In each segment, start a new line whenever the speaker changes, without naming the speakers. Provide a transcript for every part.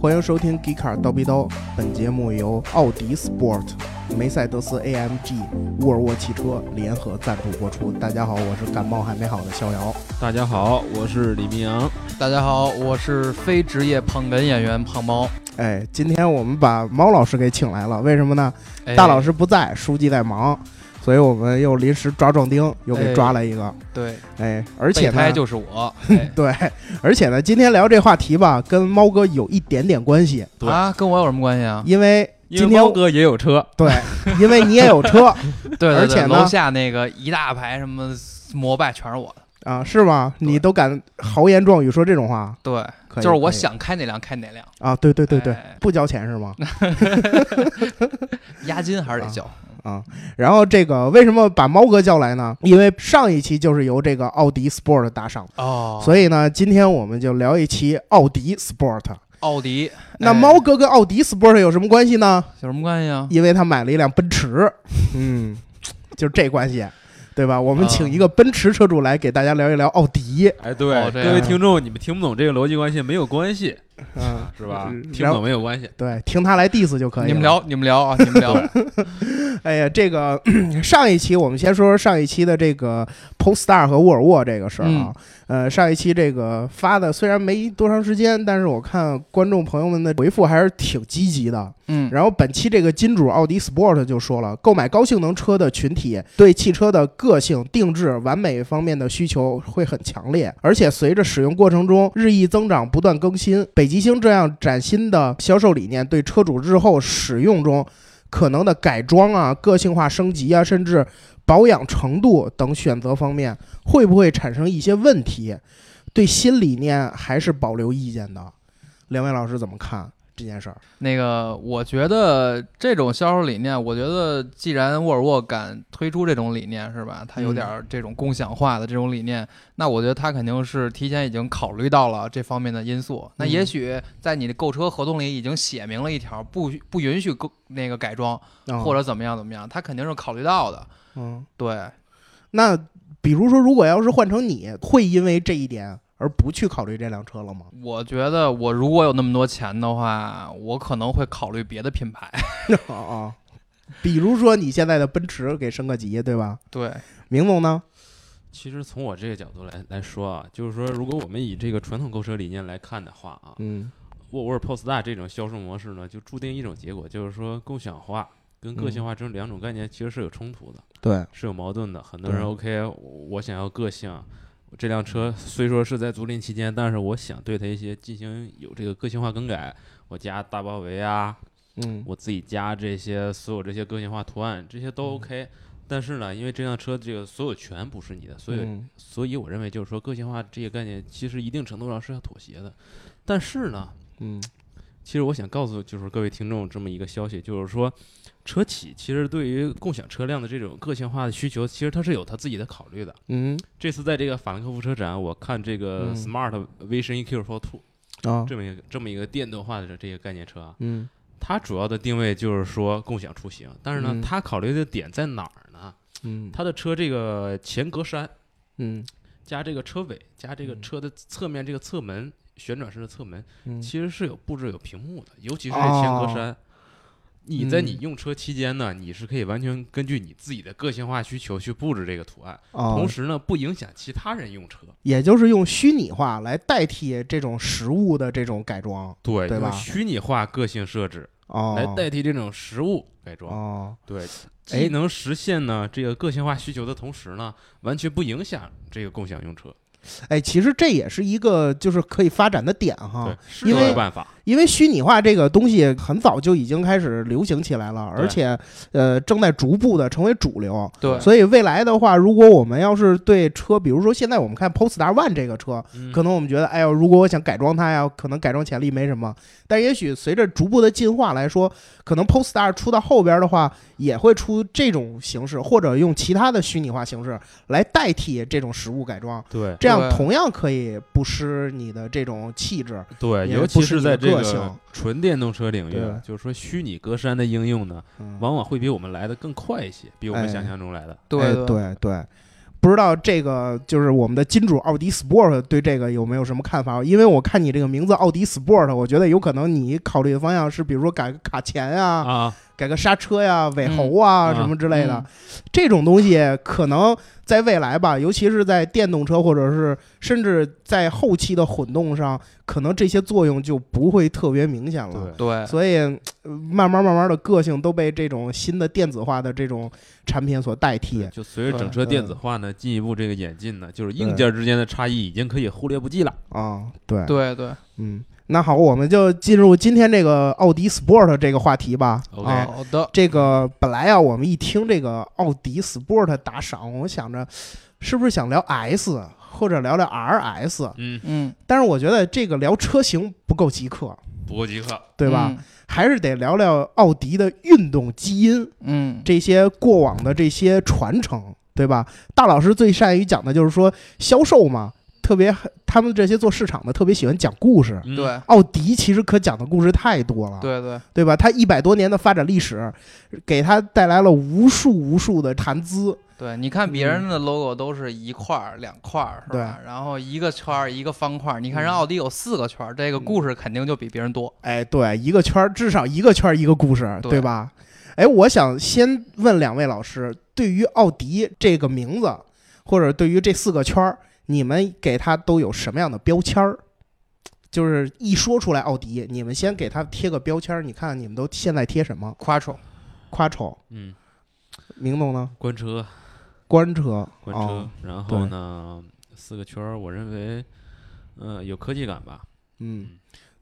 欢迎收听《Geek Car 刀逼刀》，本节目由奥迪 Sport、梅赛德斯 AMG、沃尔沃汽车联合赞助播出。大家好，我是感冒还没好的逍遥。
大家好，我是李明阳。
大家好，我是非职业捧哏演员胖猫。
哎，今天我们把猫老师给请来了，为什么呢？
哎
大老师不在，书记在忙，所以我们又临时抓壮丁，又给抓了一个。
对，
哎，而且
备
呢
胎，就是我。哎
对，而且呢，今天聊这话题吧，跟猫哥有一点点关系，
对
啊，跟我有什么关系啊？
因为今
因为
天
猫哥也有车，
对，因为你也有车
对对对
嗯而且呢
楼下那个一大排什么膜拜全是我的。
啊，是吗？你都敢豪言壮语说这种话，
对，
可以
就是我
可以
想开哪辆开哪辆，
啊，对对对对，
哎
不交钱是 吗？
押金还是得交。
然后这个为什么把猫哥叫来呢？因为上一期就是由这个奥迪 Sport 打赏的，
哦，以
所以呢，今天我们就聊一期奥迪 Sport。
奥迪
那
哎
猫哥跟奥迪 Sport 有什么关系呢？
有什么关系啊？
因为他买了一辆奔 驰，嗯，就是这关系，对吧？我们
啊
请一个奔驰车主来给大家聊一聊奥迪，
哎，对，
哦这样
各位听众，你们听不懂这个逻辑关系没有关系，
嗯，
是吧
嗯？
听不懂没有关系。
对，听他来 diss 就可以了。
你们聊，你们聊啊，你们 聊。
哎呀，这个上一期我们先说说上一期的这个 Polestar 和沃尔沃这个事儿啊。呃，上一期这个发的虽然没多长时间，但是我看观众朋友们的回复还是挺积极的。
嗯，
然后本期这个金主奥迪 Sport 就说了，购买高性能车的群体对汽车的个性、定制、完美方面的需求会很强烈，而且随着使用过程中日益增长、不断更新，北极星这样崭新的销售理念对车主日后使用中可能的改装啊、个性化升级啊，甚至保养程度等选择方面，会不会产生一些问题？对新理念还是保留意见的。两位老师怎么看这件事儿？
那个，我觉得这种销售理念，我觉得既然沃尔沃敢推出这种理念，是吧？它有
嗯
点儿这种共享化的这种理念，那我觉得它肯定是提前已经考虑到了这方面的因素。那
嗯
也许在你的购车合同里已经写明了一条，不许不允许购那个改装
啊
或者怎么样怎么样，它肯定是考虑到的。
嗯，
对，
那比如说，如果要是换成你，会因为这一点而不去考虑这辆车了吗？
我觉得我如果有那么多钱的话，我可能会考虑别的品牌。
啊 啊，比如说你现在的奔驰给升个级，对吧？
对，
明总呢？
其实从我这个角度来来说啊，就是说，如果我们以这个传统购车理念来看的话啊，
嗯
沃尔沃 Polestar 这种销售模式呢，就注定一种结果，就是说共享化跟个性化这两种概念其实是有冲突的。
对，
是有矛盾的。很多人
对
OK，我我想要个性，这辆车虽说是在租赁期间，但是我想对它一些进行有这个个性化更改，我加大包围啊，
嗯
我自己加这些所有这些个性化图案，这些都
嗯
OK、但是呢，因为这辆车这个所有权不是你的，所以、
嗯
所以我认为就是说个性化这个概念，其实一定程度上是要妥协的。但是呢，
嗯
其实我想告诉就是各位听众这么一个消息，就是说，车企其实对于共享车辆的这种个性化的需求，其实它是有它自己的考虑的。
嗯
这次在这个法兰克福车展，我看这个
嗯
Smart Vision EQ4 Two
啊
这么一个这么一个电动化的这这个概念车啊，
嗯
它主要的定位就是说共享出行，但是呢
嗯，
它考虑的点在哪儿呢？
嗯
它的车这个前格栅
嗯
加这个车尾加这个
嗯
车的侧面这个侧门旋转式的侧门，
嗯哦
其实是有布置有屏幕的，尤其是这前格栅。你在你
嗯
用车期间呢，你是可以完全根据你自己的个性化需求去布置这个图案，
啊
同，时呢不影响其他人用车。
也就是用虚拟化来代替这种实物的这种改装
对
对吧
用虚拟化个性设置
哦
来代替这种实物改装，
哦
对，
哎
既能实现呢这个个性化需求的同时呢，完全不影响这个共享用车。
哎，其实这也是一个就是可以发展的点哈
对，，是
哦因
这
为
个办法。
因为虚拟化这个东西很早就已经开始流行起来了，
对
而且呃正在逐步的成为主流。
对，
所以未来的话，如果我们要是对车，比如说现在我们看 Polestar One 这个车，
嗯
可能我们觉得，哎呦，如果我想改装它呀，可能改装潜力没什么。但也许随着逐步的进化来说，可能 Polestar 出到后边的话，也会出这种形式，或者用其他的虚拟化形式来代替这种实物改装，
对
这样
对
同样可以不失你的这种气质。
对，
也
尤
不
其
是
是
你
在
的
这
个
个
性
纯电动车领域
对，
就是说虚拟格栅的应用呢，
嗯
往往会比我们来的更快一些，比我
哎
们想象中来的。
对嗯
哎
对
对对，不知道这个就是我们的金主奥迪 Sport 对这个有没有什么看法？因为我看你这个名字奥迪 Sport，我觉得有可能你考虑的方向是，比如说改个卡钳呀、
啊，
改个刹车呀、尾喉啊、
嗯
什么之类的，这种东西可能在未来吧，尤其是在电动车或者是甚至在后期的混动上，可能这些作用就不会特别明显了。
对，
对，
所以，呃慢慢慢慢的个性都被这种新的电子化的这种产品所代替
对。就随着整车电子化呢，进一步这个演进呢，就是硬
对
件之间的差异已经可以忽略不计了。
啊，对，
对对，
嗯，那好，我们就进入今天这个奥迪 Sport 这个话题吧。
OK
啊，
好的，
这个本来啊，我们一听这个奥迪 Sport 打赏，我想着是不是想聊 S 或者聊聊 RS，
嗯，
嗯，
但是我觉得这个聊车型不够极客，
不过即刻，
对吧？
嗯？
还是得聊聊奥迪的运动基因，
嗯，
这些过往的这些传承，对吧？大老师最善于讲的就是说销售嘛，特别他们这些做市场的特别喜欢讲故事。
嗯，
对
奥迪其实可讲的故事太多了，
对对，
对吧？它一百多年的发展历史，给它带来了无数无数的谈资。
对，你看别人的 logo 都是一块儿、两块儿，是吧？然后一个圈儿、一个方块儿。你看
嗯
人奥迪有四个圈儿，这个故事肯定就比别人多。
哎，对，一个圈儿至少一个圈儿一个故事，
对
对吧？哎，我想先问两位老师，对于奥迪这个名字，或者对于这四个圈儿，你们给它都有什么样的标签儿？就是一说出来奥迪，你们先给它贴个标签儿，你看看你们都现在贴什么？
Quattro，
夸丑，
嗯，
明总呢？
关车，
官车，
关车，
哦
然后呢，四个圈儿，我认为，呃，有科技感吧，
嗯，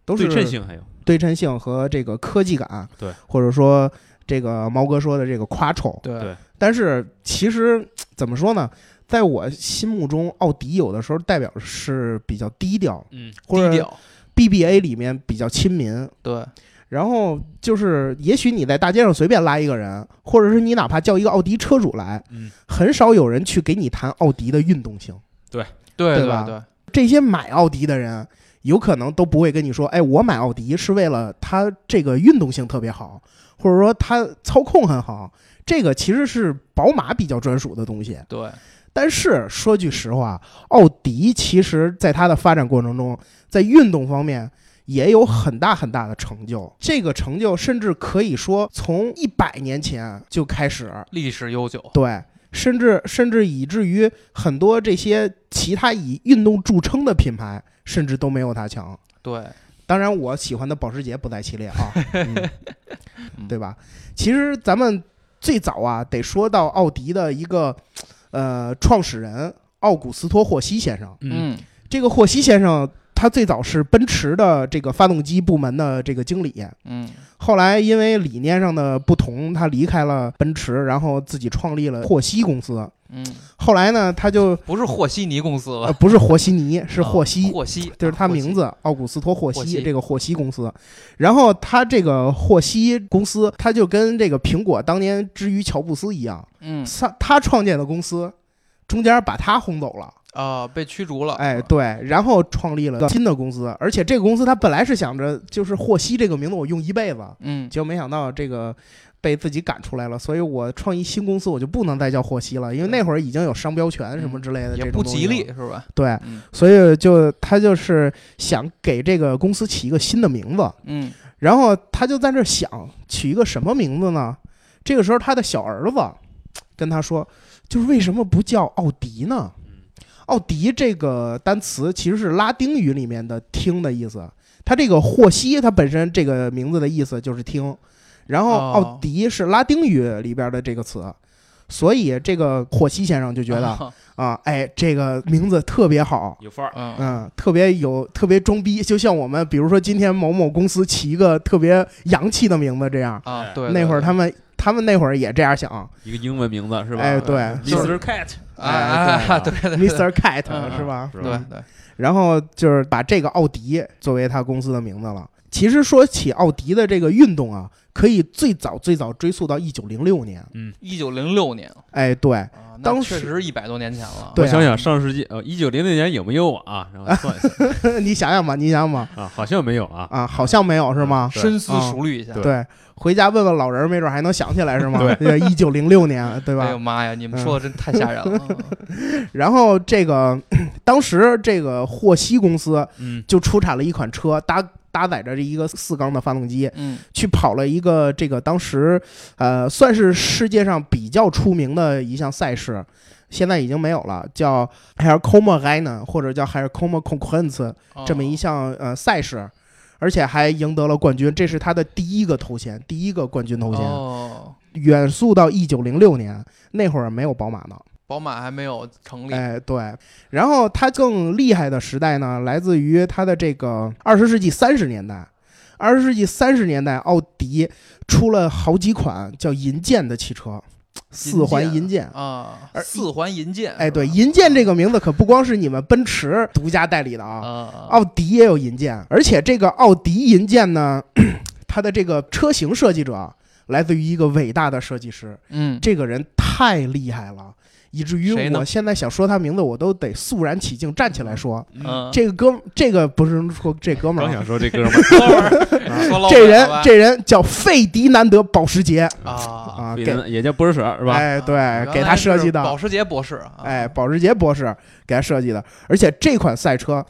都是
对称性还有，
对称性和这个科技感，
对，
或者说这个毛哥说的这个夸丑，
对
对
但是其实怎么说呢，在我心目中，奥迪有的时候代表是比较低调，
嗯，
或者
低调，
BBA 里面比较亲民。
对
然后就是，也许你在大街上随便拉一个人，或者是你哪怕叫一个奥迪车主来，
嗯，
很少有人去给你谈奥迪的运动性。
对
对吧
对，
这些买奥迪的人，有可能都不会跟你说，哎，我买奥迪是为了它这个运动性特别好，或者说它操控很好。这个其实是宝马比较专属的东西。
对
但是说句实话，奥迪其实在它的发展过程中，在运动方面也有很大很大的成就。这个成就甚至可以说从一百年前就开始，
历史悠久。
对，甚至甚至以至于很多这些其他以运动著称的品牌，甚至都没有它强。
对，
当然，我喜欢的保时捷不在其列啊，嗯、对吧？其实咱们最早啊，得说到奥迪的一个呃创始人奥古斯托·霍希先生。
嗯
嗯
这个霍希先生，他最早是奔驰的这个发动机部门的这个经理，
嗯，
后来因为理念上的不同，他离开了奔驰，然后自己创立了霍希公司。
嗯，
后来呢，他就
不是和稀泥公司
呃
吧？
不是和稀泥，是
啊
霍希。
和稀
就是他名，
啊
字奥古斯托霍
霍
希
希
这个霍希公司，然后他这个霍希公司，他就跟这个苹果当年之于乔布斯一样，
霍希嗯
他他创建的公司，中间把他轰走了，
啊，被驱逐了。
哎
是吧，
对，然后创立了新的公司，而且这个公司他本来是想着就是霍希这个名字我用一辈子，
嗯，
结果没想到这个被自己赶出来了，所以我创一新公司我就不能再叫霍希了，因为那会儿已经有商标权什么之类的，
嗯也
这种
不
东西
吉
了
利，是吧？
对，
嗯
所以就他就是想给这个公司起一个新的名字，
嗯
然后他就在这想起一个什么名字呢？这个时候他的小儿子跟他说，就是为什么不叫奥迪呢？
嗯
奥迪这个单词其实是拉丁语里面的“听”的意思，它这个霍希它本身这个名字的意思就是听，然后
哦
奥迪是拉丁语里边的这个词，所以这个霍希先生就觉得啊、
啊
哎，这个名字特别好，
有范儿，
嗯
嗯，特别有特别装逼，就像我们比如说今天某某公司起一个特别洋气的名字这样，
啊，
哎
对，
那
对
会儿
对
他们他们那会儿也这样想，
一个英文名字是吧？
哎， 对
l
就
i
是
s Cat，
哎
哎
哎，对 对对
，Mr. Cat
嗯嗯
是吧？
是
对
吧？
对，
然后就是把这个奥迪作为他公司的名字了。其实说起奥迪的这个运动啊，可以最早最早追溯到一九零六年。
一九零六年
哎，对，
啊，那
当
确
时
实一百多年前了。
对
我
啊
想想上世纪呃一九零零年有没有我啊？然后算一下
你想想吧，你想想吧，
啊，好像没有啊。
啊，好像没有是吗？
深思熟虑一下。
对
啊对，回家问问老人，没准还能想起来是吗？对，
对
一九零六年，对吧？嗯
哎呦妈呀，你们说的真太吓人了。
然后这个 当时这个霍希公司
嗯
就出产了一款车，搭搭载着这一个四缸的发动机，
嗯，
去跑了一个这个当时呃算是世界上比较出名的一项赛事，现在已经没有了，叫 h e r c o m a r e n a 或者叫 h e r c o m a Concurrence
哦
这么一项呃赛事，而且还赢得了冠军，这是他的第一个头衔，第一个冠军头衔。
哦，
远溯到一九零六年那会儿没有宝马呢，
宝马还没有成立。
哎，对。然后它更厉害的时代呢，来自于它的这个二十世纪三十年代。二十世纪三十年代，奥迪出了好几款叫银箭的汽车，四环银箭。
啊
而，
四环银箭。
哎，对，
是吧
银箭这个名字可不光是你们奔驰独家代理的啊，
啊，
奥迪也有银箭，而且这个奥迪银箭呢， 它的这个车型设计者啊来自于一个伟大的设计师，
嗯，
这个人太厉害了，以至于
谁呢
我现在想说他名字，我都得肃然起敬站起来说，
嗯，
这个哥，这个不是说这哥们
刚
儿啊，
想说这哥们
哥们 儿说老
这
板
人
了吧
这人叫费迪南德·保时捷，
啊，
啊
儿，
给
也也叫波士是吧？
哎，
啊
对，给
原
他
来是
设计的
保，时捷博士啊，
哎，保时捷博士给他设计的，而且这款赛车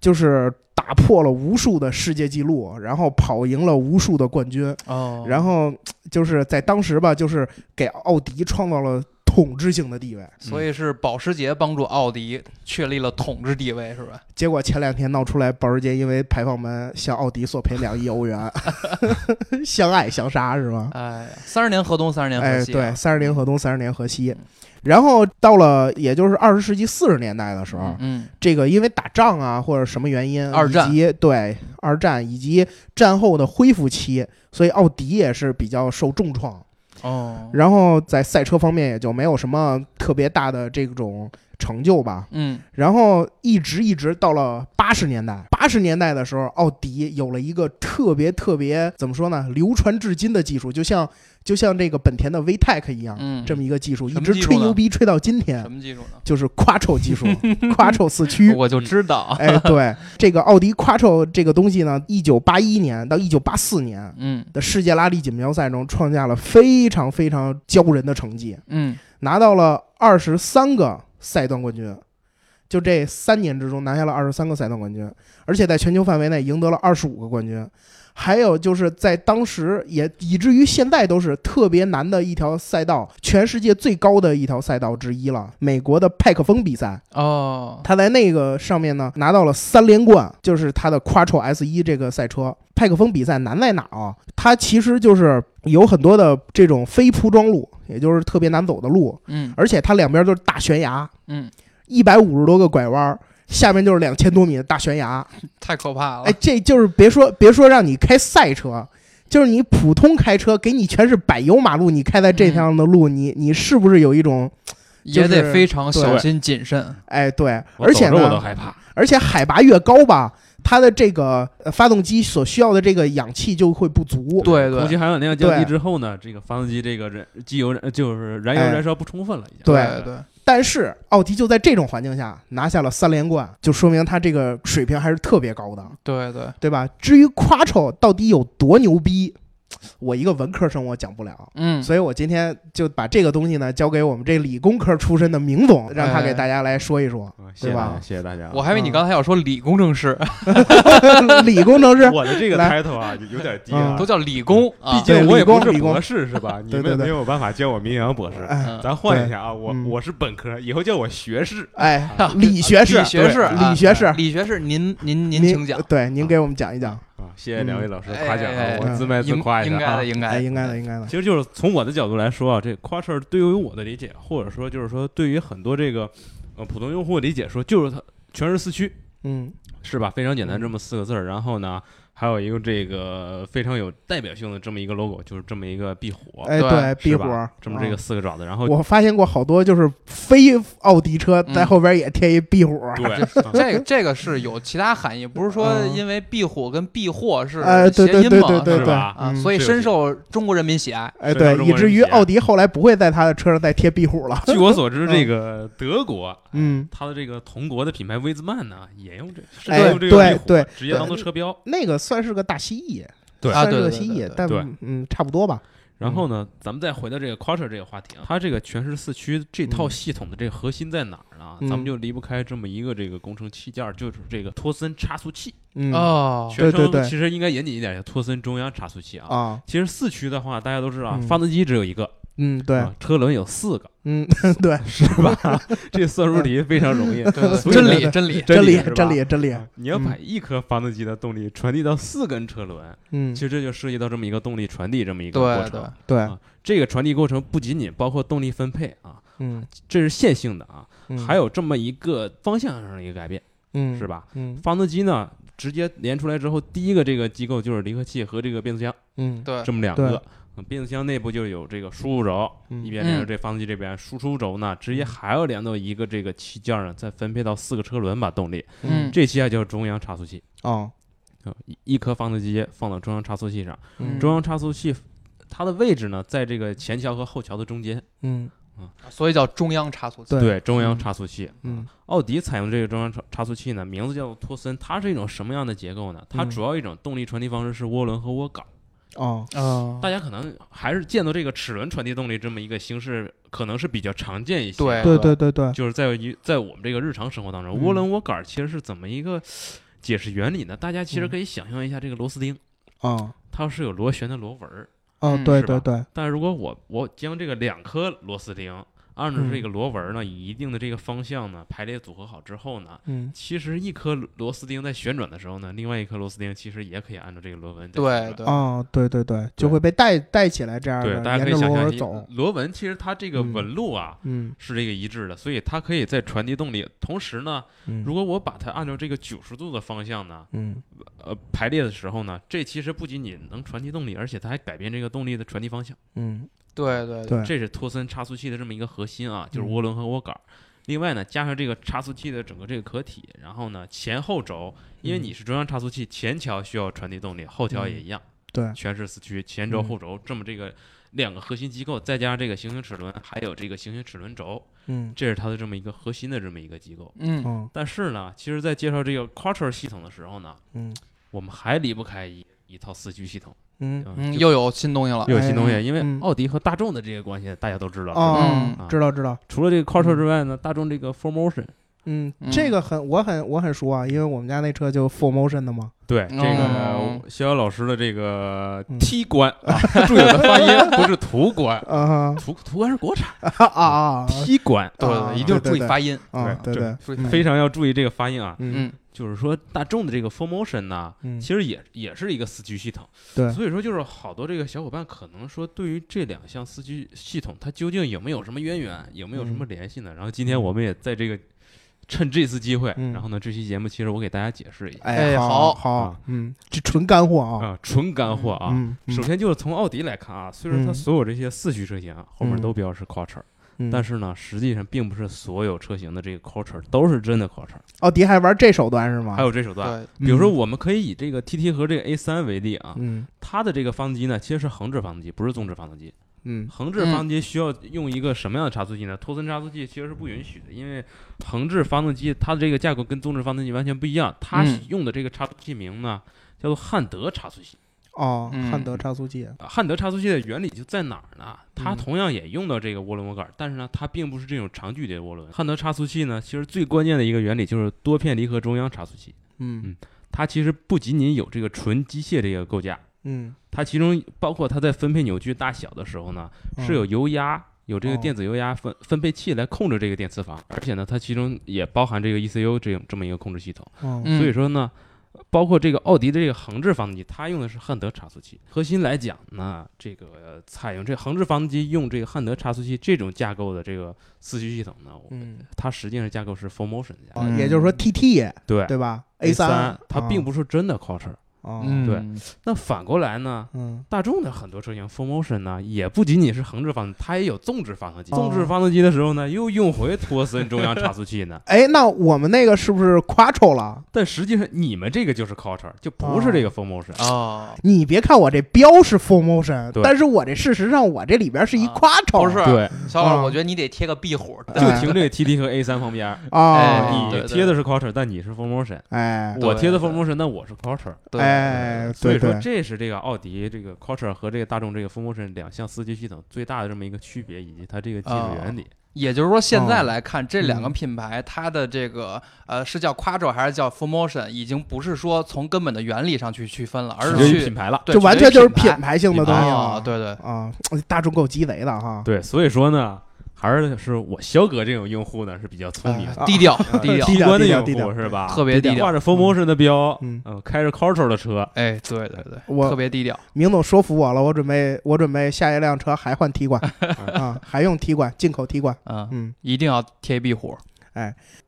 就是打破了无数的世界纪录，然后跑赢了无数的冠军，
哦，
然
后
后就是在当时吧，就是给奥迪创造了统治性的地位。
所以是保时捷帮助奥迪确立了统治地位，是吧？
结果前两天闹出来，保时捷因为排放门向奥迪索赔两亿欧元， 相爱相杀是吗？
哎，三十年河东，三十年
哎，
河西啊，
对，三十年河东，三十年河西
嗯。
然后到了也就是二十世纪四十年代的时候，
嗯，
这个因为打仗啊或者什么原因，
二战
以及对二战以及战后的恢复期，所以奥迪也是比较受重创。
哦，
然后在赛车方面也就没有什么特别大的这种成就吧。
嗯，
然后一直一直到了八十年代，八十年代的时候，奥迪有了一个特别特别怎么说呢，流传至今的技术，就像就像这个本田的 VTEC 一样，
嗯
这么一个技术，一
什么
直
技术
吹
呢
牛逼吹到今天
什，么技术呢？
就是 Quattro 技 术，Quattro 四驱。
我就知道，
哎，对，这个奥迪 Quattro 这个东西呢，一九八一年到一九八四年
嗯
的世界拉力锦标赛中创下了非常非常骄人的成绩，
嗯，
拿到了二十三个赛段冠军，就这三年之中拿下了二十三个赛段冠军，而且在全球范围内赢得了二十五个冠军。还有就是在当时也以至于现在都是特别难的一条赛道，全世界最高的一条赛道之一了。美国的派克峰比赛，
哦，
他在那个上面呢拿到了三连冠，就是他的 Quattro S 1这个赛车。派克峰比赛难在哪儿啊？它其实就是有很多的这种非铺装路，也就是特别难走的路，
嗯
而且它两边都是大悬崖，
嗯，
一百五十多个拐弯儿，下面就是两千多米的大悬崖。
太可怕了，
哎，这就是别说别说让你开赛车，就是你普通开车，给你全是柏油马路，你开在
嗯
这样的路，你你是不是有一种
也
就
得
是
非常小心谨慎，
哎对，
我
而且
走着我都
呢，
害怕。
而且海拔越高吧，它的这个呃发动机所需要的这个氧气就会不足。
对
空气
对
含氧量降低
对
之后呢，这个发动机这个燃机油燃就是燃油
哎
燃烧不充分了，已经。
对
对，
但是奥迪就在这种环境下拿下了三连冠，就说明它这个水平还是特别高的。
对对，
对吧？至于 Quattro 到底有多牛逼，我一个文科生我讲不了，
嗯，
所以我今天就把这个东西呢交给我们这理工科出身的明总，让他给大家来说一说。
嗯谢谢
对吧
大家，谢谢大家啊。
我还以为你刚才要说理工程师，
理工程师，
我的这个
来
title 啊，有点低
嗯
啊
都，叫理工啊
毕，竟我也不
对
是
理工
博士是吧？你
对对
们
对
没有办法叫我名扬博士，
哎
嗯
咱换一下啊，我
嗯
我是本科，以后叫我学士。
哎，
啊
李学士
理，学士，
对
啊
李学士，
李学士，您您
您
您请讲，
对，您给我们讲一讲。
啊，谢谢两位老师
嗯
夸奖
哎哎
啊
哎，
我自卖
呃
自
应
夸一
应
下
该
啊
的，。应该
哎，
的，
应该的，应该
哦
的
其。实就是从我的角度来说啊，这 Quattro 对于我的理解，或者说就是说对于很多这个呃普通用户的理解说，就是它全是四驱，
嗯
是吧？非常简单，
嗯
这么四个字儿。然后呢，还有一个这个非常有代表性的这么一个 logo，就是这么一个壁虎，
哎，
对
对，壁
是
虎
吧，这么这个
嗯
四个爪子，然后
我发现过好多就是非奥迪车
哦嗯
在后边也贴一壁虎，
对，嗯
这个这个是有其他含义，不是说
嗯
因为壁虎跟壁货是
哎，
谐
对对
音
对
嘛，
对对
是
对，
吧
啊，
嗯
所以
是有
深
谐
受中国人民喜爱。
哎，
所
对
以说，中
以
国人
至于
喜爱
奥迪后来不会在它的车上再贴壁虎 了。
据我所知，这个德国，
嗯，
它的这个同国的品牌威兹曼呢，也用这，是
哎
用这个
对
壁虎
对
直接当做车标。
那个算是个大蜥蜴，
对
啊
算是
对
个
对
蜥
对
蜴
对，
但
对
嗯，差不多吧。
然后呢，咱们再回到这个 culture 这个话题啊，它这个全时四驱这套系统的这个核心在哪儿呢？
嗯
咱们就离不开这么一个这个工程器件儿，就是这个托森差速器，
嗯
哦
全
对对
称
对
其实应该严谨一点，叫托森中央差速器啊。
啊，
其实四驱的话，大家都知道啊，
嗯
发动机只有一个，
嗯，对，
啊车轮有四个，
嗯， 对，
是吧？ 这算术题非常容易，
嗯
对对
所以
真
呢
理真理，
真
理
理，真
理。
理，真理，
你要把一颗发动机的动力传递到四根车轮，
嗯
其，实这啊就涉及到这么一个动力传递这么一个过
对对
程。，
对，
这个传递过程不仅仅包括动力分配啊，
嗯，
这是线性的啊，
嗯
还，有这么一个方向上的一个改变，
嗯，
是？吧？
嗯
发动机呢，直接连出来之后，第一个这个机构就是离合器和这个变速箱，
嗯，
对
这么两
对
个。嗯变速箱内部就有这个输入轴，
嗯
一边连着这发动机这边，输出轴呢直接还要连到一个这个器件上，再分配到四个车轮把动力。
嗯
这器啊叫中央差速器，
哦，
啊一一颗发动机放到中央差速器上，
嗯
中央差速器它的位置呢在这个前桥和后桥的中间。
嗯，
所以叫中央差速器。
对，
对，中央差速器。
嗯，
奥迪采用这个中央差差速器呢，名字叫做托森，它是一种什么样的结构呢？它
嗯
主要一种动力传递方式是涡轮和涡杆。
哦，
啊
大家可能还是见到这个齿轮传递动力这么一个形式，可能是比较常见一些。
对
对对对对，
就是在于在我们这个日常生活当
嗯
中，涡轮涡杆其实是怎么一个解释原理呢？大家其
嗯
实可以想象一下这个螺丝钉，
哦，
它是有螺旋的螺纹儿，
哦，
嗯
对
是
对
吧
对，
但如果我我将这个两颗螺丝钉按照
嗯
这个螺纹儿呢，以一定的这个方向呢排列组合好之后呢。
嗯，
其实一颗螺丝钉在旋转的时候呢，另外一颗螺丝钉其实也可以按照这个螺纹在旋转
对对，
哦，对对对，就
对
会被带带起来这样
对，
的，
大
沿
家可以
着
想
螺
象
纹
一
走，
螺纹其实它这个
嗯
纹路啊、
嗯
是这个一致的，所以它可以在传递动力。同时呢，
嗯
如果我把它按照这个九十度的方向呢，
嗯
呃排列的时候呢，这其实不仅仅能传递动力，而且它还改变这个动力的传递方向。
嗯，
对对
对，
这是托森差速器的这么一个核心啊，就是
嗯
涡轮和涡杆儿。另外呢，加上这个差速器的整个这个壳体，然后呢前后轴，因为
嗯
你是中央差速器，前桥需要传递动力，后桥也一样，
对，
全是四驱，前轴
嗯
后轴这么这个两个核心机构，再加上这个行星齿轮，还有这个行星齿轮轴，
嗯
这是它的这么一个核心的这么一个机构。
嗯
嗯
但是呢，其实在介绍这个 Quattro 系统的时候呢，
嗯
我们还离不开一一套四驱系统。
嗯，
嗯，
就啊
又有新东西了。
又有新东
哎
西，因为
嗯
奥迪和大众的这个关系大家都知道。是吧
哦
嗯，
知道知道，
除了这个 Quattro 之外呢，大众这个 f o r m o t i o n
嗯，
嗯
这个很我很我很熟啊，因为我们家那车就 Full Motion 的嘛，
对这
哦
个逍遥老师的这个
嗯
T 官啊， 注意我的发音不是 途观，
嗯
啊
途途观是国产
哈啊啊，
T 官，
对
啊
对，一定要
对
注意
对
发音。
啊，对
对
对，
注意
嗯
非常要注意这个发音啊。
嗯
嗯，
就是说，大众的这个 f o r m o t i o n 呢，
嗯
其实也也是一个四驱系统，
对
所以说就是好多这个小伙伴可能说，对于这两项四驱系统，它究竟有没有什么渊源，有没有什
嗯
么联系呢？然后今天我们也在这个趁这次机会，
嗯
然后呢，这期节目其实我给大家解释一下
哎，
哎
好
好
好
啊，
嗯，这纯干货
啊、
啊，
纯干货啊。
嗯，
首先就是从奥迪来看啊，虽然它
嗯
所有这些四驱车型啊后面
嗯
都标是 Quattro，、
嗯，
但
是
是呢，实际上并不是所有车型的这个 Quattro 都是真的 Quattro，、
奥哦迪还玩这手段是吗？
还有这手段。
对，
比如说，我们可以以这个 TT 和这个 A 三为例啊，
嗯，
它的这个发动机呢，其实是横置发动机，不是纵置发动机。
嗯
横置发动机需要用一个什么样的差速器呢？托森差速器其实是不允许的，因为横置发动机它的这个架构跟纵置发动机完全不一样。它
嗯
用的这个差速器名呢，叫做汉德差速器。
嗯，哦，
嗯
汉德差速器，
啊汉德差速器的原理就在哪儿呢？它
嗯
同样也用到这个涡轮涡杆，但是呢，它并不是这种长距离的涡轮。汉德差速器呢，其实最关键的一个原理就是多片离合中央差速器。
嗯
它其实不仅仅有这个纯机械这个构架，
嗯，
它其中包括它在分配扭矩大小的时候呢，
嗯
是有油压，有这个
哦
电子油压分分配器来控制这个电磁阀，而且呢，它其中也包含这个 ECU 这种这么一个控制系统。
嗯
嗯
所以说呢，包括这个奥迪的这个横置发动机，它用的是汉德差速器。核心来讲呢，这个呃采用这横置发动机用这个汉德差速器这种架构的这个四驱系统呢，我
嗯，
它实际上架
哦
构是 Full Motion 的架构
啊也就是说 TT
对
对吧
嗯 A
？A 三哦
它并不是真的 Quattro，
啊，
嗯，
对，那反过来呢，
嗯
大众的很多车型 f o r Motion 呢，也不仅仅是横置发动机，它也有纵置发动机。
哦。
纵置发动机的时候呢，又用回托森中央差速器呢
哎，那我们那个是不是 quattro 了？
但实际上你们这个就是 Culture，就不是这个 f o r Motion。
哦，
你别看我这标是 full motion，
对
但是我这事实上我这里边是一
啊
quattro，
不是
对，
小伙
啊
儿，我觉得你得贴个壁虎，
就停这个 TD 和 A 3旁边儿，
啊
哎，
你
对
贴的是 Culture，但你是 f o r Motion。
哎
我贴的 f o r
对
Motion，那我是 Culture。
对
哎，
所以
对
说
对，
这是这个奥迪这个 Culture 和这个大众这个 f o r Motion 两项四驱系统最大的这么一个区别，以及它这个技术原理。
也就是说，现
哦
在来看，这两个
嗯
品牌它的这个呃是叫 Quattro 还是叫 f o r Motion，已经不是说从根本的原理上去区分了，而
取决
是
于
去
品牌了。
对
就完全就是
取决于
品牌性的
品牌
东西
啊
了，
对对，
啊，大众够鸡贼的哈，
对，所以说呢，还是是我肖哥这种用户呢是比较聪明的。
啊
低调
呃
哎低调
低，
端的用
低调
户是吧？
特别低
挂
调，
着 f o r m o t i o n 的标，
嗯
嗯，开着 Culture 的车，
哎，对对对，
我
特别低调，
明总说服我了，我准备我准备下一辆车还换 T 冠啊，还用 T 冠进口 T 冠。
嗯，
嗯，
一定要贴壁虎，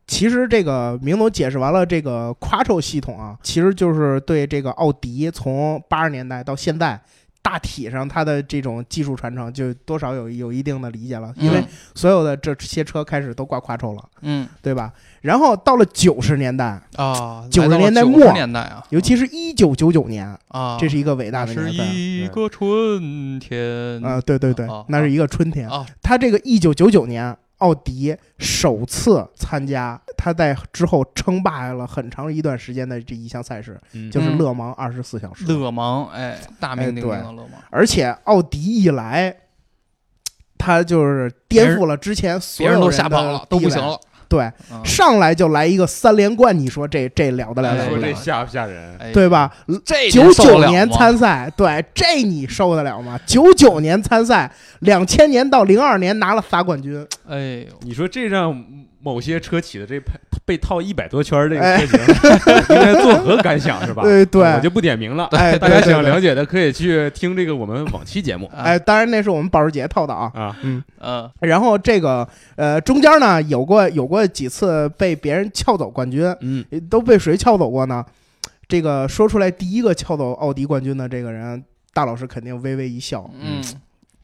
其实这个明总解释完了这个 Quattro 系统啊，其实就是对这个奥迪从八十年代到现在。大体上，它的这种技术传承就多少有有一定的理解了，因为
嗯
所有的这些车开始都挂 Quattro 了，
嗯
对吧？然后到了九十年代，
啊，
90年代
代
末
年代啊，
尤其是一九九九年，
啊，
这是一个伟大的
是
年代
一个春天
啊、对对对
哦，
那是一个春天。
啊，
他这个一九九九年，奥迪首次参加，他在之后称霸了很长一段时间的这一项赛事，就
就
是勒芒二十四小时。
嗯勒芒，哎，大
哎
名鼎鼎
对
的勒芒，
而且奥迪一来，他就是颠覆了之前所
别
有
人
的
都吓跑了，都不行
地位。
了，
对，
嗯
上来就来一个三连冠，你说这这了得了
哎
不
说
了
这吓不吓人？
哎
对吧？
这
九
您受得
九
了
年
吗
参赛，对这你受得了吗？九九年参赛，两千年到零二年拿了仨冠军，
哎呦，
你说这让某些车企的这配被套一百多圈儿这
哎
个车型， 应该作何感想是吧？
对对
我就不点名了。
哎，
大家
对对
想
对
了解的可以去听这个我们往期节目
哎，，当然那是我们保时捷套的啊。
啊。
啊嗯
然后这个呃中间呢有过有过几次被别人撬走冠军，
嗯，
都被谁撬走过呢？这个说出来第一个撬走奥迪冠军的这个人，大老师肯定微微一笑。
嗯，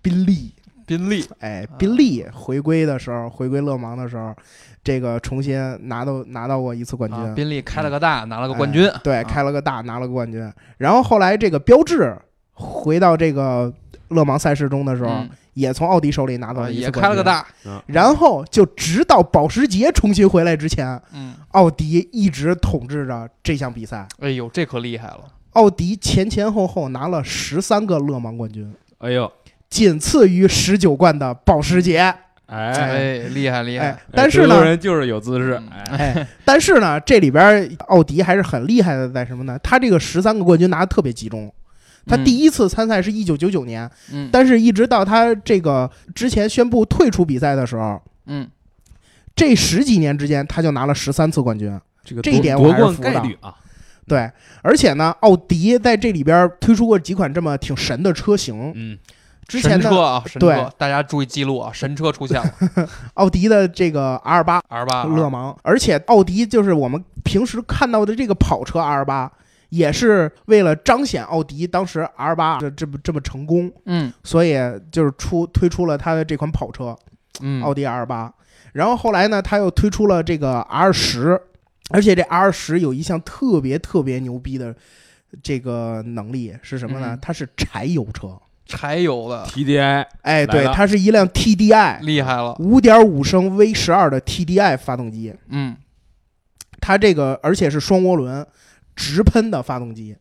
宾利，
宾利
哎
啊，
宾利回归的时候，回归勒芒的时候，这个重新拿到拿到过一次冠军，
啊，宾利开了个大，拿了个冠军，
哎对，
啊
开了个大，拿了个冠军。然后后来这个标志回到这个勒芒赛事中的时候，
嗯
也从奥迪手里拿到
啊
了一次
也
冠军
开了个。大，
然后就直到保时捷重新回来之前，
嗯，
奥迪一直统治着这项比赛。
哎呦，这可厉害了，
奥迪前前后后拿了十三个勒芒冠军，
哎呦，
仅次于十九冠的保时捷。
哎，
哎，厉害厉害
哎，，但是
德
呢
国，人就是有姿势
嗯，
哎，
哎，但是呢，这里边奥迪还是很厉害的，在什么呢？他这个十三个冠军拿的特别集中。他第一次参赛是一九九九年，
嗯，
但是一直到他这个之前宣布退出比赛的时候，
嗯，
这十几年之间他就拿了十三次冠军。
这个
这
夺
一点我
夺
还是
冠
服
概
的
率啊，
对，而且呢，奥迪在这里边推出过几款这么挺神的车型。
嗯，
之前
神车
的
啊，神
对
车，大家注意记录啊，神车出现了，
奥迪的这个 R 八
二八啊
勒芒，而且奥迪就是我们平时看到的这个跑车 R 八，也是为了彰显奥迪当时 R 八这这么这么成功，
嗯
所以就是出推出了它的这款跑车。
嗯，
奥迪 R 八。然后后来呢，他又推出了这个 R 十，而且这 R 十有一项特别特别牛逼的这个能力是什么呢
嗯？
它是柴油车，
柴油的
TDI
哎，对
来，了
它是一辆 TDI
厉害了，
五点五升 V 十二的 TDI 发动机，
嗯，
它这个而且是双涡轮直喷的发动机。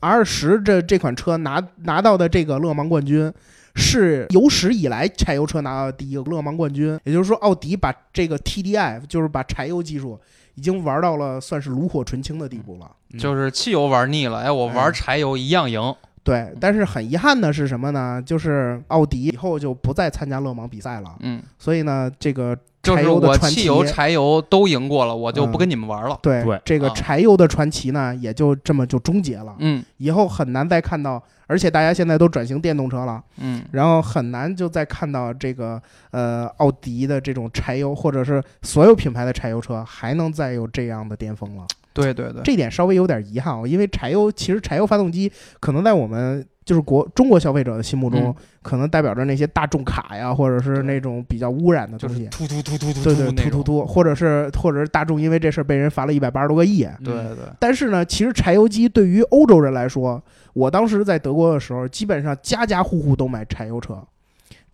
R 十这这款车拿拿到的这个勒芒冠军，是有史以来柴油车拿到的第一个勒芒冠军。也就是说，奥迪把这个 TDI，就是把柴油技术，已经玩到了算是炉火纯青的地步了。
就是汽油玩腻了，哎，我
哎
玩柴油一样赢，
对，
嗯
但是很遗憾的是什么呢？就是奥迪以后就不再参加勒芒比赛了。
嗯，
所以呢，这个
就
柴
是
油的
我
传
汽油、
奇
柴油都赢过了，我就不
嗯
跟你们玩了，
对
对
这个
啊
柴油的传奇呢，也就这么就终结了。
嗯
以后很难再看到，而且大家现在都转型电动车了，
嗯，
然后很难就再看到这个呃奥迪的这种柴油，或者是所有品牌的柴油车还能再有这样的巅峰了。
对对对，
这点稍微有点遗憾，哦因为柴油其实柴油发动机可能在我们就是国中国消费者的心目中，
嗯
可能代表着那些大众卡呀，或者是那种比较污染的
就
东
是
西。
突突突突突
对对，突
那
突
种，
突，或者是或者是大众因为这事儿被人罚了一百八十多个亿。
嗯对对，
但是呢，其实柴油机对于欧洲人来说，我当时在德国的时候，基本上家家户户都买柴油车。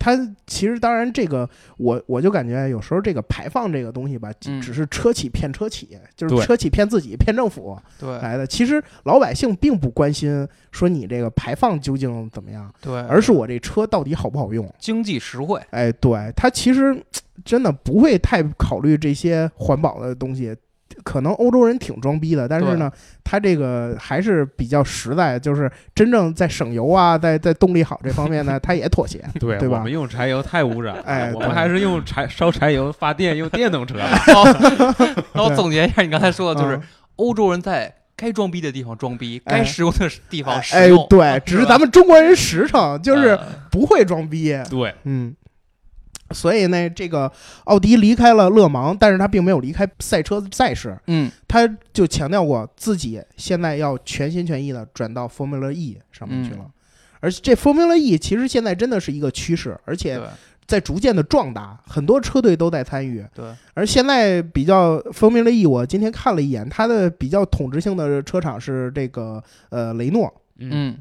它其实当然这个，我我就感觉有时候这个排放这个东西吧，
嗯
只是车企骗车企，就是
对
车企骗自己、骗政府
对
来的。其实老百姓并不关心说你这个排放究竟怎么样，
对，
而是我这车到底好不好用。
经济 实惠，
哎，对，他其实真的不会太考虑这些环保的东西。可能欧洲人挺装逼的，但是呢，他这个还是比较实在，就是真正在省油啊，在在动力好这方面呢，他也妥协。
对
对吧
我们用柴油太污染了，
哎
我们
对
还是用柴烧柴油发电，用电动车吧。
那我总结一下，你刚才说的 就是
嗯
欧洲人在该装逼的地方装逼，
哎
该实用的地方
哎
实用，，
对， 只是
吧
咱们中国人实诚，就是
呃
不会装逼。
对，
嗯，所以呢，这个奥迪离开了勒芒，但是他并没有离开赛车赛事，
嗯
他就强调过自己现在要全心全意的转到 Formula E 上面
嗯
去了。而且这 Formula E 其实现在真的是一个趋势，而且
对
在逐渐的壮大，很多车队都在参与。
对，
而现在比较 Formula E，我今天看了一眼，它的比较统治性的车厂是这个呃雷诺，
嗯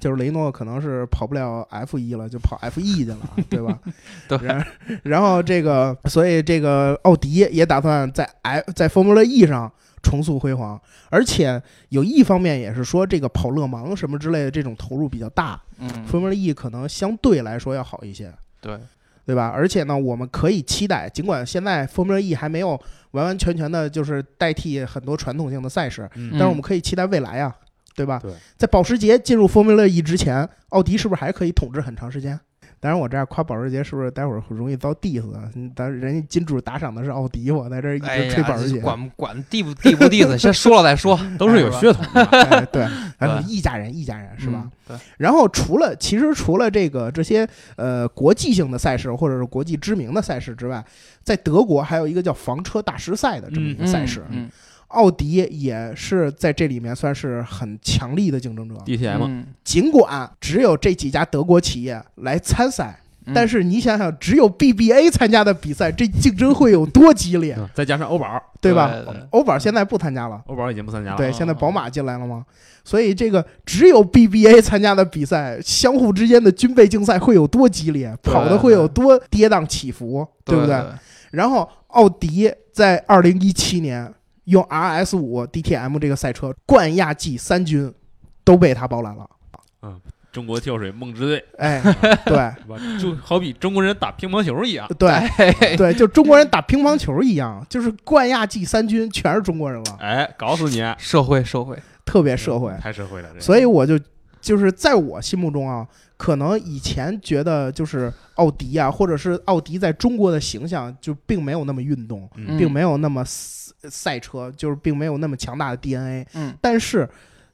就是雷诺可能是跑不了 F 一了，就跑 F E 去了啊，对吧？
对
然然
嗯
后这个，所以这个奥迪也打算在 F 在 Formula E 上重塑辉煌，而且有一方面也是说这个跑勒芒什么之类的这种投入比较大、
嗯
f o r m u l a E 可能相对来说要好一些，
对，
对吧？而且呢，我们可以期待，尽管现在 Formula E 还没有完完全全的就是代替很多传统性的赛事，
嗯
但是我们可以期待未来啊，对吧？
对
在保时捷进入 Formula E 之前，奥迪是不是还可以统治很长时间？当然，我这样夸保时捷是不是待会儿容易遭 diss 啊？嗯但是人家金主打赏的是奥迪，我在这儿嗯一
哎
直吹
呀
保时捷，，
管管地不地 不地的，先说了再说，
都是有血统的嘛。
哎、 对，咱
对
一家人一家人是吧？
嗯？对，
然后除了其实除了这个这些呃国际性的赛事或者是国际知名的赛事之外，在德国还有一个叫房车大师赛的这么一个赛事，
嗯
奥迪也是在这里面算是很强力的竞争者。
DTM，
嗯
尽管只有这几家德国企业来参赛，
嗯
但是你想想，只有 BBA 参加的比赛，这竞争会有多激烈，
嗯再加上欧宝，
对吧？
对对
欧宝现在不参加了，
欧宝已经不参加了。
对，
啊
现在宝马进来了嘛，所以这个只有 BBA 参加的比赛，相互之间的军备竞赛会有多激烈，
对
跑的会有多跌宕起伏，对不
对？
然后奥迪在二零一七年用 RS 五 DTM 这个赛车冠亚季三军，都被他包揽了。
中国跳水梦之队，
哎，对。
是吧？就好比中国人打乒乓球一样。
对
嗯
哎，
对，就中国人打乒乓球一样，就是冠亚季三军全是中国人了，
哎，搞死你！
社会社会，
特别社会。
太社会了，这
所以我就就是在我心目中啊，可能以前觉得就是奥迪啊，或者是奥迪在中国的形象就并没有那么运动，
嗯
并没有那么赛赛车，就是并没有那么强大的 DNA。
嗯
但是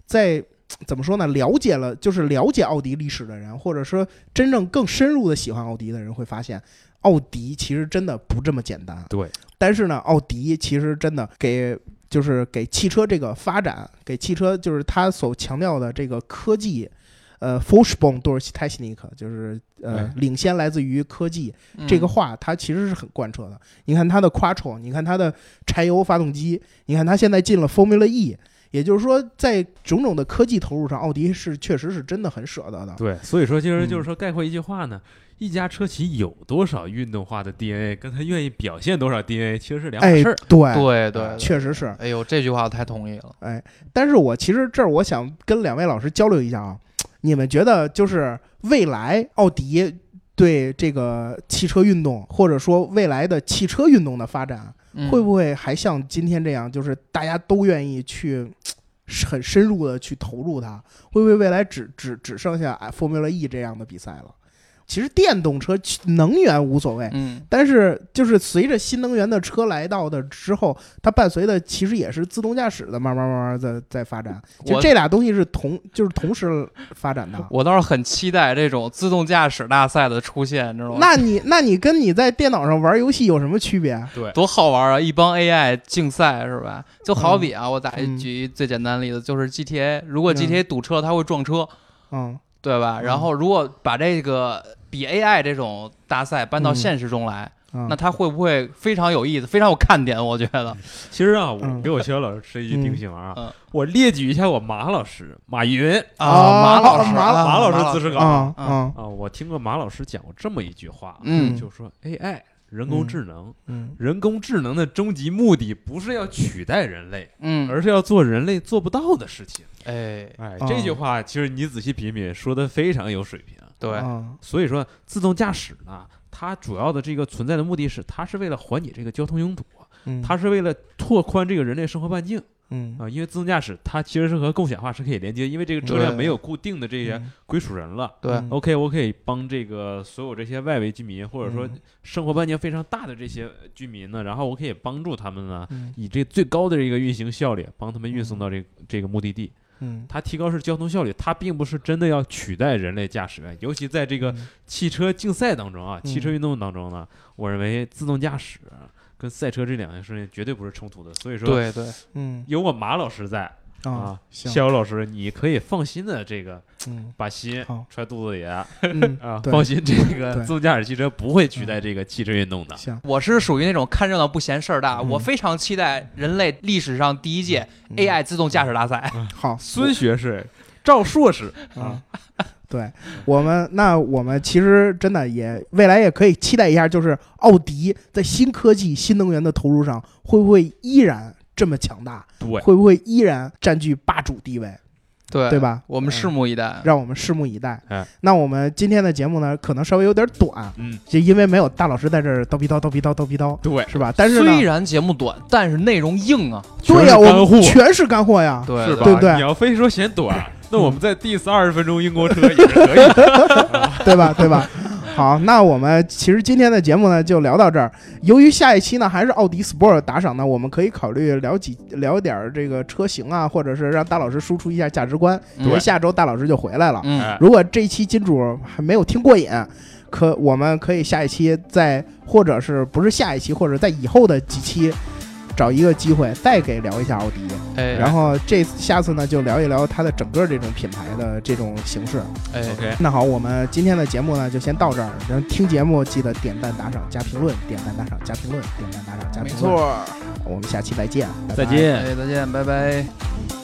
在怎么说呢？了解了，就是了解奥迪历史的人，或者说真正更深入的喜欢奥迪的人，会发现奥迪其实真的不这么简单。
对，
但是呢，奥迪其实真的给就是给汽车这个发展，给汽车就是它所强调的这个科技。呃 f o r s p r o n g durch Technik，就是呃
哎，
领先来自于科技，
嗯
这个话它其实是很贯彻的。你看它的 Quattro，你看它的柴油发动机，你看它现在进了 Formula E，也就是说，在种种的科技投入上，奥迪是确实是真的很舍得的。
对，所以说其实就是说概括一句话呢，一家车企有多少运动化的 DNA，跟他愿意表现多少 DNA 其实是两
哎
码事儿。，
对，
嗯对对，对
确实是。
哎呦，这句话我太同意了。
哎，但是我其实这儿我想跟两位老师交流一下啊，你们觉得就是未来奥迪对这个汽车运动，或者说未来的汽车运动的发展，
嗯
会不会还像今天这样，就是大家都愿意去很深哎入的去投入它？会不会未来只只只剩下 Formula E 这样的比赛了？其实电动车能源无所谓，
嗯，
但是就是随着新能源的车来到的之后，它伴随的其实也是自动驾驶的慢慢慢慢在在发展。就
我
这俩东西是同就是同时发展的。
我倒是很期待这种自动驾驶大赛的出现，你知道吗？
那你那你跟你在电脑上玩游戏有什么区别？
对，
多好玩啊！一帮 AI 竞赛是吧？就好比啊，我打一
嗯
举一最简单的例子，就是 GTA，如果
嗯
GTA 堵车，它会撞车，
嗯
对吧？
嗯
然后如果把这个比 AI 这种大赛搬到
嗯
现实中来，
嗯，
那它会不会非常有意思，非常有看点？我觉得，
其实啊，我
嗯
给我薛老师吃一句定心丸
嗯
啊
嗯，
我列举一下我马老师马云
啊，
哦
马老师，
马
啊
马老师姿势高
啊
啊
啊
啊，我听过马老师讲过这么一句话，
嗯
就说 AI 人工智能，
嗯
人工智能的终极目的不是要取代人类，
嗯，
而是要做人类做不到的事情。
哎，
哎，
啊
这句话其实你仔细品品，说的非常有水平。
对，
啊
所以说，自动驾驶呢，它主要的这个存在的目的是，它是为了缓解这个交通拥堵，
嗯
它是为了拓宽这个人类生活半径
嗯
啊、因为自动驾驶它其实是和共享化是可以连接，因为这个车辆
对
没有固定的这些
嗯
归属人了。
对
嗯
OK，我可以帮这个所有这些外围居民，或者说
嗯
生活半径非常大的这些居民呢，然后我可以帮助他们呢，
嗯
以这最高的这个运行效率，帮他们运送到这这个目的地。
嗯
它提高是交通效率，它并不是真的要取代人类驾驶员，尤其在这个
嗯
汽车竞赛当中啊，
嗯
汽车运动当中呢，我认为自动驾驶跟赛车这两件事情绝对不是冲突的。所以说，
对对，
嗯
有我马老师在
啊
啊，
行
逍遥老师，你可以放心的这个
嗯
把心
好
揣肚子里啊，
嗯
啊
对
放心，这个
对嗯
自动驾驶汽车不会取代这个汽车运动的。
行
我是属于那种看热闹不嫌事儿大，
嗯
我非常期待人类历史上第一届
嗯
AI 自动驾驶大赛。
好
孙学士、赵硕士
啊
啊，，
对我们，那我们其实真的也未来也可以期待一下，就是奥迪在新科技、新能源的投入上，会不会依然这么强大？
对，
会不会依然占据霸主地位？
对
对吧
我们拭目以待。
让我们拭目以待。
哎
那我们今天的节目呢，可能稍微有点短，
嗯，
就因为没有大老师在这儿叨逼叨叨逼叨叨逼叨，
对，
是吧？但是
虽
呢，
然节目短，但是内容硬啊，
对呀、
全是干
我
货
们全是干货呀。
对
是吧？
对不对
你要非说嫌短，那我们在 diss 二十分钟英国车也是可以的。
对 吧？对吧？好，那我们其实今天的节目呢就聊到这儿。由于下一期呢还是奥迪 Sport 打赏呢，我们可以考虑聊几聊点儿这个车型啊，或者是让大老师输出一下价值观。因为
嗯对
下周大老师就回来了。
嗯，
哎
如果这一期金主还没有听过瘾，可我们可以下一期再，或者是不是下一期，或者在以后的几期，找一个机会再给聊一下奥迪。
哎，
然后这下次呢就聊一聊它的整个这种品牌的这种形式。
哎
OK，
那好，我们今天的节目呢就先到这儿。然后听节目记得点赞、打赏、加评论，点赞、打赏、加评论，点赞、打赏、加
没
评论。
错，哎
我们下期再见，拜拜
再见。
哎，再见，拜拜。